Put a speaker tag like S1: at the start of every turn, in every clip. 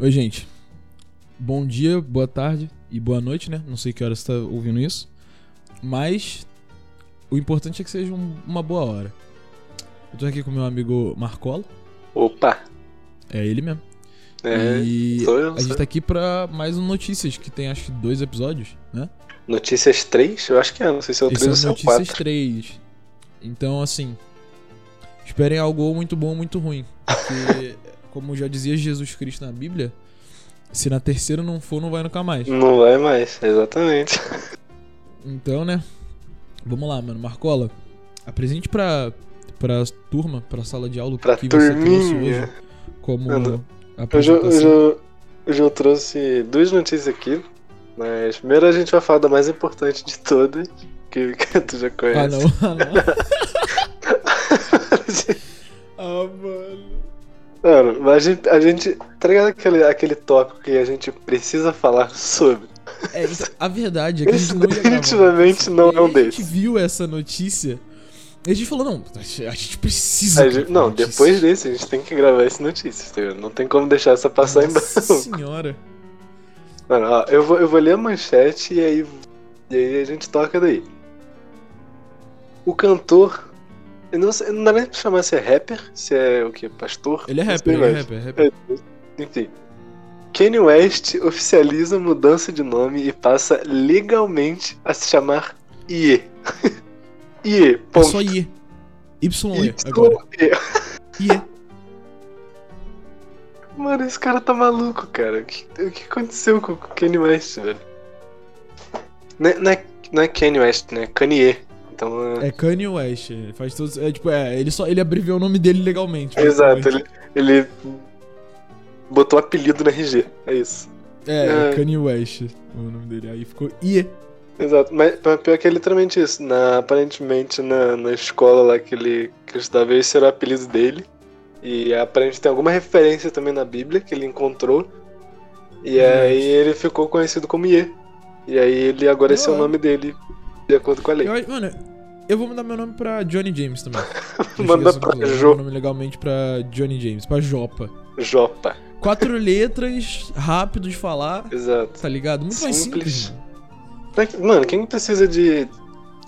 S1: Oi, gente. Bom dia, boa tarde e boa noite, né? Não sei que hora você tá ouvindo isso. Mas o importante é que seja um- uma boa hora. Eu tô aqui com meu amigo Marcola.
S2: Opa!
S1: É ele mesmo.
S2: É,
S1: e
S2: sou eu,
S1: a gente
S2: sou
S1: tá aqui pra mais um Notícias, que tem acho que dois episódios, né?
S2: eu. Notícias 3? Eu acho que é, não sei se é o
S1: Esse é
S2: 3
S1: o
S2: ou se é o
S1: Notícias
S2: 4.
S1: 3. Então, assim. Esperem algo ou muito bom ou muito ruim. Porque, como já dizia Jesus Cristo na Bíblia, se na terceira não for, não vai nunca mais.
S2: Não vai mais, exatamente.
S1: Então, né? Vamos lá, mano. Marcola, apresente pra, pra turma, pra sala de aula, o
S2: Pra
S1: que você trouxe
S2: turminha.
S1: hoje como
S2: Mano, Hoje eu, hoje,
S1: apresentação.
S2: eu, hoje eu trouxe duas notícias aqui, mas primeiro a gente vai falar da mais importante de todas, que, que tu já
S1: Ah,
S2: conhece.
S1: não. Ah, não. ah, mano.
S2: Mano, mas a gente, a gente. Tá ligado aquele, aquele tópico que a gente precisa falar sobre?
S1: É, então, a verdade é que a gente não ia gravar.
S2: Definitivamente não é um
S1: E aí A gente
S2: desses.
S1: viu essa notícia e a gente falou, não, a gente- a gente precisa.
S2: A gente-
S1: gravar
S2: não,
S1: notícia.
S2: depois desse a gente tem que gravar esse notícias, tá ligado? Não tem como deixar essa passar em
S1: Nossa
S2: branco.
S1: senhora.
S2: Mano, ó, eu vou, eu vou ler a manchete e aí, e aí a gente toca daí. O cantor. Eu não, sei, não dá nem pra chamar se é rapper, se é o que? Pastor?
S1: Ele é
S2: Não
S1: rapper,
S2: sei
S1: ele é
S2: mais.
S1: rapper, é rapper.
S2: Enfim. Kanye West oficializa mudança de nome e passa legalmente a se chamar Ye. Ye.
S1: É
S2: Ponto.
S1: só IE. YE
S2: Y.
S1: agora. é IE.
S2: Mano, esse cara tá maluco, cara. O que, o que aconteceu com o Kanye West, velho? Não é, não é- não é Kanye West, né? Kanye. Então, é-
S1: É Kanye West, ele faz todos. É tipo, é, ele só. Ele abreviou o nome dele legalmente.
S2: exato,
S1: basicamente.
S2: ele, ele botou apelido na RG. É isso.
S1: É,
S2: é.
S1: Kanye West, o nome dele. Aí ficou IE.
S2: Exato, mas, mas pior que é literalmente isso. Na, aparentemente, na, na escola lá que ele, que ele estudava, esse era o apelido dele. E aparentemente tem alguma referência também na Bíblia que ele encontrou. E
S1: Hum,
S2: aí ele ficou conhecido como Ye. E aí ele agora esse é o
S1: Eu-
S2: nome dele, de acordo com a lei.
S1: Eu acho- mano, eu vou mandar meu nome pra Johnny James também. Deixa eu
S2: Manda
S1: ver se eu
S2: pra
S1: consigo.
S2: Jo.
S1: Vou mandar Meu nome legalmente pra Johnny James, pra Jopa.
S2: Jopa,
S1: Quatro letras, rápido de falar,
S2: exato.
S1: tá ligado? Muito mais
S2: Simples.
S1: simples. mano.
S2: Pra que- Mano, quem precisa de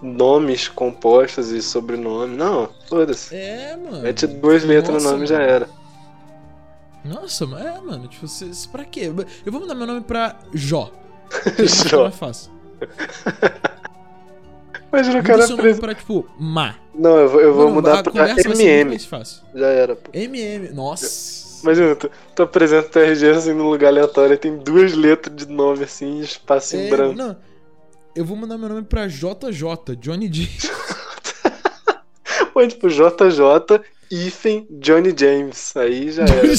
S2: nomes compostos e sobrenome? Não, foda-se.
S1: É, mano.
S2: Mete duas letras no
S1: Nossa,
S2: nome já
S1: mano.
S2: era.
S1: Nossa, mano, é, mano. Tipo, cê, cê- pra quê? Eu vou mandar meu nome pra Jó.
S2: Jó.
S1: É fácil.
S2: Imagina o
S1: Muda
S2: cara
S1: seu nome
S2: preso.
S1: pra, tipo, Ma.
S2: Não, eu vou, eu vou
S1: Mano,
S2: mudar
S1: a
S2: pra
S1: conversa vai ser muito
S2: MM.
S1: mais fácil.
S2: Já era, pô.
S1: MM, nossa.
S2: Imagina, tu, tu apresenta o TRG assim num lugar aleatório e tem duas letras de nome assim, espaço em
S1: É,
S2: branco.
S1: não, eu vou mandar meu nome pra JJ, Johnny James.
S2: Ou tipo JJ, hífen, Johnny James. Aí já era.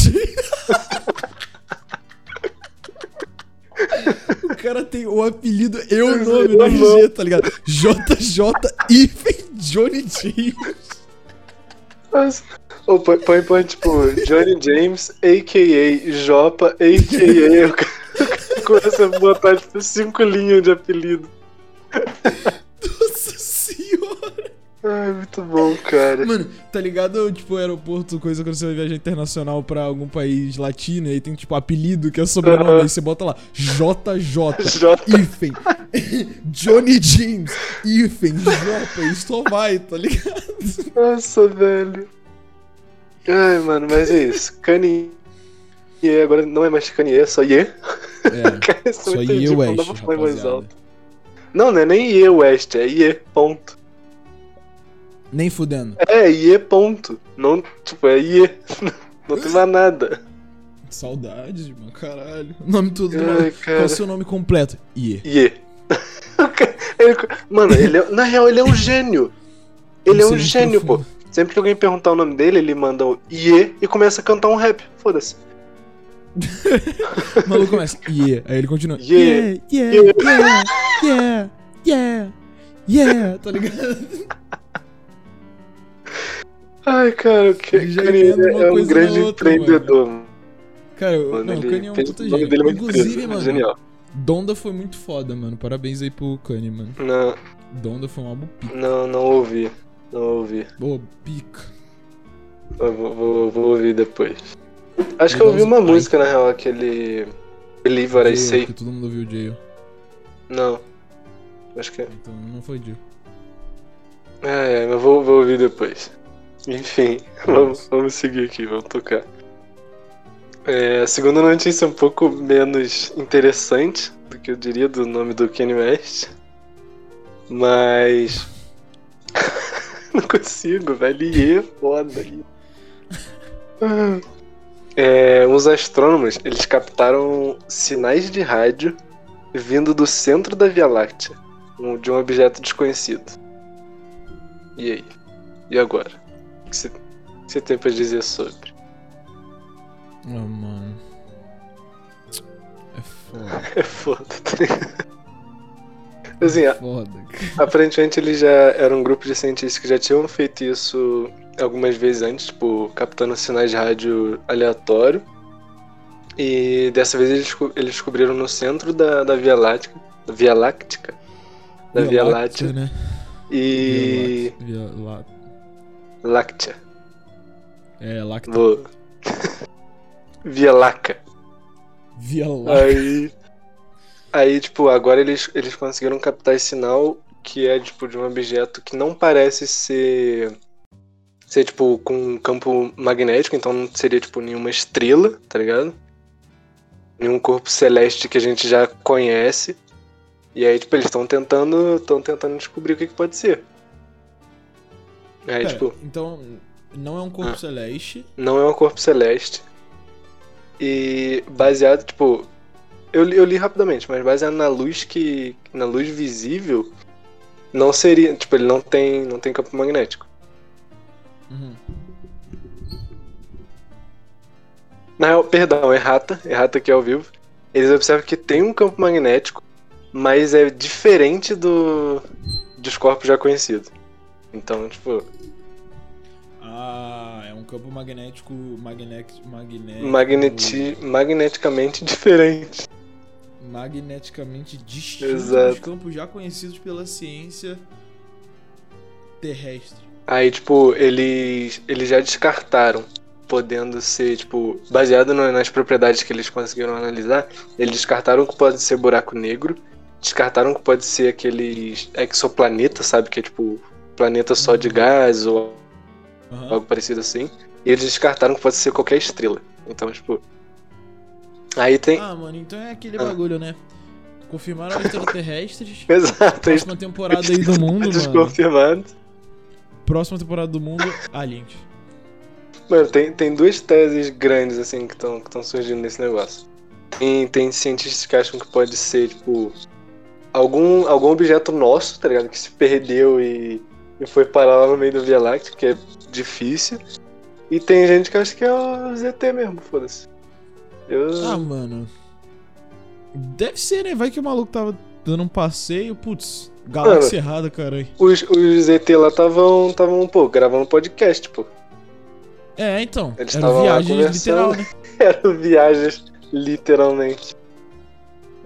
S1: o cara tem o apelido e o nome
S2: Eu
S1: no
S2: não.
S1: RG, tá ligado? JJ hífen Johnny James.
S2: Mas- Ou põe, põe, põe, tipo Johnny James, a.k.a. Jopa, a.k.a. O cara começa a botar tipo, cinco linhas de apelido.
S1: Nossa senhora.
S2: Ai, muito bom, cara.
S1: Mano, tá ligado? Tipo, aeroporto, coisa quando você vai viajar internacional pra algum país latino e aí tem, tipo, apelido que é sobrenome.
S2: Aham.
S1: Aí você bota lá, JJ.
S2: J,
S1: Hífen, Johnny James, hífen, Jota, e só vai, tá ligado?
S2: nossa, velho. Ai, mano, mas é isso. Kanye. E agora não é mais Kanye, é só Ye.
S1: É,
S2: Cara, isso eu
S1: só
S2: não
S1: Ye
S2: entendi, pô, Não dá
S1: West,
S2: pra falar em voz
S1: rapaziada.
S2: alta. Não, não é nem Ye West, é Ye, ponto.
S1: Nem fudendo.
S2: É, Ye, ponto. Não, tipo, é Ye. Não tem mais nada.
S1: Saudades, mano, caralho. Nome todo
S2: Ai,
S1: Qual é o
S2: cara.
S1: seu nome completo? Ie.
S2: Ye. Ele- mano, ele é, na real, ele é um gênio. Ele é um gênio, pô. Sempre que alguém perguntar o nome dele, ele manda um Ye e começa a cantar um rap. Foda-se.
S1: O maluco começa, Ie. Aí ele continua,
S2: Ye.
S1: Ie, Ie, Ie, Ie, Ie, tá ligado?
S2: Ai, cara, o que
S1: Ele já
S2: Kanye
S1: emenda uma
S2: é um
S1: coisa
S2: grande
S1: na outra,
S2: empreendedor, mano.
S1: Cara, eu- não, o
S2: ele
S1: Kanye é um
S2: fez-
S1: puta
S2: o nome dele é
S1: gênio.
S2: muito
S1: Inclusive,
S2: preso,
S1: mano,
S2: genial.
S1: Donda foi muito foda, mano. Parabéns aí pro Kanye, mano.
S2: Não,
S1: Donda foi um álbum pica.
S2: não, não ouvi. Não ouvi.
S1: Boa, pica.
S2: Eu vou, vou- vou ouvir depois. Acho que eu ouvi uma música, na real, aquele. Believe What I
S1: Jail,
S2: Say.
S1: que todo mundo ouviu o Jail.
S2: Não. Acho que é.
S1: Então não foi Jail.
S2: É, é, mas vou, vou ouvir depois. Enfim, vamos, vamos seguir aqui, vamos tocar. É, a segunda notícia é um pouco menos interessante do que eu diria do nome do Kanye West. Mas. Não consigo, velho. E é foda. Iê. É, uns astrônomos eles captaram sinais de rádio vindo do centro da Via Láctea, um- de um objeto desconhecido. E aí? E agora? O que você- o que você tem pra dizer sobre?
S1: Ah, mano. É foda.
S2: É foda, tá ligado? Assim, a-
S1: Foda, cara.
S2: aparentemente eles já eram um grupo de cientistas que já tinham feito isso algumas vezes antes, tipo, captando sinais de rádio aleatório. E dessa vez eles, desco- eles descobriram no centro da, da Via Láctea. Via Láctica? Da Via, Láctea.
S1: né?
S2: E.
S1: Via Láctea.
S2: Láctea.
S1: É, Lacta.
S2: Vou. Via Láctea. É,
S1: Via Láctea.
S2: Aí. Aí, tipo, agora eles, eles conseguiram captar esse sinal que é, tipo, de um objeto que não parece ser. ser, tipo, com um campo magnético, então não seria, tipo, nenhuma estrela, tá ligado? Nenhum corpo celeste que a gente já conhece. E aí, tipo, eles estão tentando. estão tentando descobrir o que, que pode ser. Aí,
S1: Pera,
S2: tipo,
S1: Então, não é um corpo
S2: Ah.
S1: celeste.
S2: não é um corpo celeste. E baseado, tipo. Eu, li- eu li rapidamente, mas baseado na luz que. na luz visível, não seria. Tipo, ele não tem. não tem campo magnético.
S1: Uhum.
S2: Na real, perdão, é errata, errata aqui ao vivo. Eles observam que tem um campo magnético, mas é diferente do. dos corpos já conhecidos. Então, tipo,
S1: Ah, é um campo magnético. Magnético. magnético
S2: magneti, magneticamente diferente.
S1: Magneticamente distinto dos
S2: Exato.
S1: campos já conhecidos pela ciência terrestre.
S2: Aí, tipo, eles, eles já descartaram, podendo ser, tipo, baseado no- nas propriedades que eles conseguiram analisar, eles descartaram que pode ser buraco negro, descartaram que pode ser aqueles exoplaneta, sabe? Que é tipo planeta só de gás ou
S1: Aham.
S2: algo parecido assim. E eles descartaram que pode ser qualquer estrela. Então, tipo. Aí tem.
S1: Ah, mano, então é aquele
S2: Ah.
S1: bagulho, né? Confirmaram extraterrestres.
S2: Exato, eles
S1: Próxima temporada aí do mundo, mano.
S2: desconfirmados.
S1: Próxima temporada do mundo, aliens.
S2: Mano, tem, tem duas teses grandes, assim, que estão que tão surgindo nesse negócio. Tem, tem cientistas que acham que pode ser, tipo, algum, algum objeto nosso, tá ligado? Que se perdeu e, e foi parar lá no meio da Via Láctea, que é difícil. E tem gente que acha que é o ZT mesmo, foda-se. Eu...
S1: Ah, mano. Deve ser, né? Vai que o maluco tava dando um passeio, putz, galáxia errada, caralho.
S2: Os, os ZT lá estavam, estavam, pô, gravando podcast, pô.
S1: É, então.
S2: Eles
S1: era
S2: tavam lá
S1: viagem literal,
S2: conversando.
S1: né?
S2: Eram viagens, literalmente.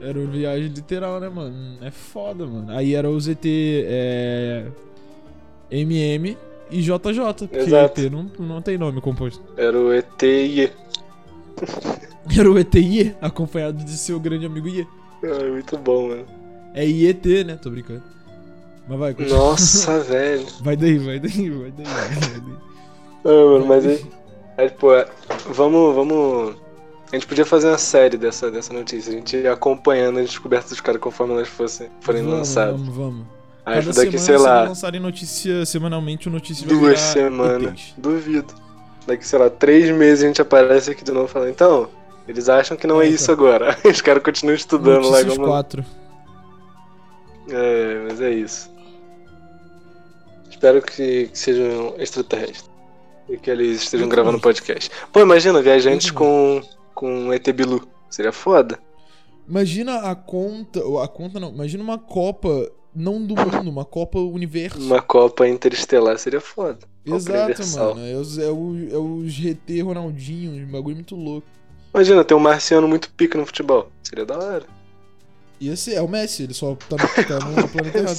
S1: Era viagem literal, né, mano? É foda, mano. Aí era o ZT é, MM e JJ, porque
S2: Exato.
S1: ET não, não tem nome composto.
S2: Era o ET e...
S1: Era o ET IE, acompanhado de seu grande amigo IE.
S2: Ah, muito bom, mano.
S1: É IET, né? Tô brincando. Mas vai, continua.
S2: Nossa, velho.
S1: Vai daí, vai daí, vai daí, vai daí.
S2: Ah, mano, mas aí, aí, tipo, é, vamos, vamos. A gente podia fazer uma série dessa, dessa notícia. A gente ia acompanhando as descobertas dos caras conforme elas fossem, forem
S1: Vamos,
S2: lançadas.
S1: Vamos, vamos.
S2: Aí
S1: Cada
S2: daqui,
S1: semana,
S2: sei
S1: se não
S2: lá,
S1: lançarem notícia semanalmente, o notícia vai
S2: duas
S1: virar
S2: semanas.
S1: ETs.
S2: Duvido. Daqui, sei lá, três meses a gente aparece aqui de novo falando, então, eles acham que não é
S1: É,
S2: isso agora. Os caras continuam estudando lá
S1: Notícias
S2: como.
S1: quatro.
S2: É, mas é isso. Espero que, que sejam extraterrestres. E que eles estejam
S1: Muito
S2: gravando
S1: bom.
S2: podcast. Pô, imagina, viajantes
S1: Muito
S2: com, com ET Bilu. Seria foda.
S1: Imagina a conta, ou a conta não, imagina uma Copa, não do mundo, uma Copa universo.
S2: Uma Copa interestelar seria foda. Copa
S1: Exato,
S2: universal.
S1: mano. É os, é, o- é os GT Ronaldinho, um bagulho muito louco.
S2: Imagina, ter um marciano muito pica no futebol. Seria da hora.
S1: E esse é o Messi, ele só tá, tá no planeta errado.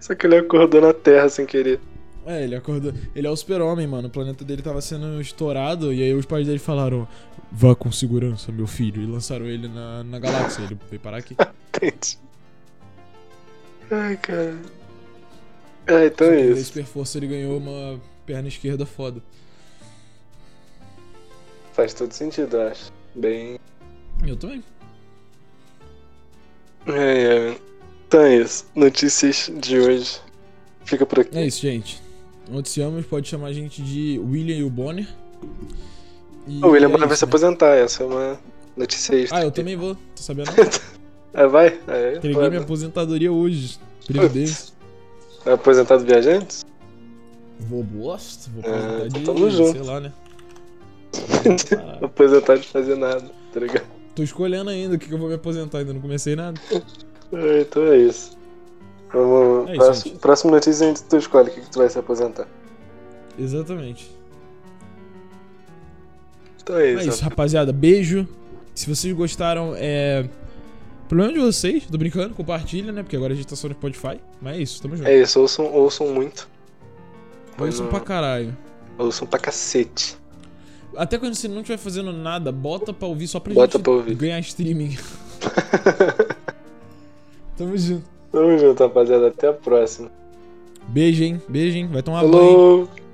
S2: Só que ele acordou na Terra sem querer.
S1: É, ele acordou. Ele é o super-homem, mano. O planeta dele tava sendo estourado. E aí os pais dele falaram: Vá com segurança, meu filho. E lançaram ele na, na galáxia. Ele veio parar aqui.
S2: Então Entendi. Ai, cara. Ah, então é
S1: Ele
S2: isso.
S1: super força, ele ganhou uma perna esquerda foda.
S2: Faz todo sentido, eu acho. Bem.
S1: Eu também.
S2: É, é. Então é isso. Notícias de hoje. Fica por aqui.
S1: É isso, gente. Noticiamos, pode chamar a gente de William e o Bonner. E
S2: O William
S1: é
S2: Bonner vai
S1: isso,
S2: se aposentar, essa é uma notícia extra.
S1: Ah, eu também vou. Tá sabendo?
S2: Ah, vai? É,
S1: Entreguei
S2: vai.
S1: minha aposentadoria hoje. Previdência.
S2: É aposentado viajantes?
S1: Vou bosta, vou
S2: É,
S1: aposentar de,
S2: tamo
S1: sei
S2: junto.
S1: lá, né? Caralho.
S2: aposentado de fazer nada, tá ligado?
S1: Tô escolhendo ainda o que, que eu vou me aposentar, ainda não comecei nada.
S2: É, então é isso. Vamos.
S1: É isso,
S2: próximo,
S1: gente.
S2: próximo notícia onde tu escolhe o que, que tu vai se aposentar.
S1: Exatamente.
S2: Então é
S1: É
S2: isso.
S1: isso, rapaziada. Beijo. Se vocês gostaram, é. Problema de vocês, tô brincando, compartilha, né? Porque agora a gente tá só no Spotify. Mas é isso, tamo junto.
S2: É isso, ouçam, ouçam muito.
S1: Ouçam pra caralho.
S2: Ouçam pra cacete.
S1: Até quando você não estiver fazendo nada, bota pra ouvir só pra
S2: Bota
S1: gente
S2: pra ouvir.
S1: ganhar streaming. Tamo junto.
S2: Tamo junto, rapaziada. Até a próxima.
S1: Beijo, Tá hein? Beijo, hein? Vai tomar banho.
S2: Falou!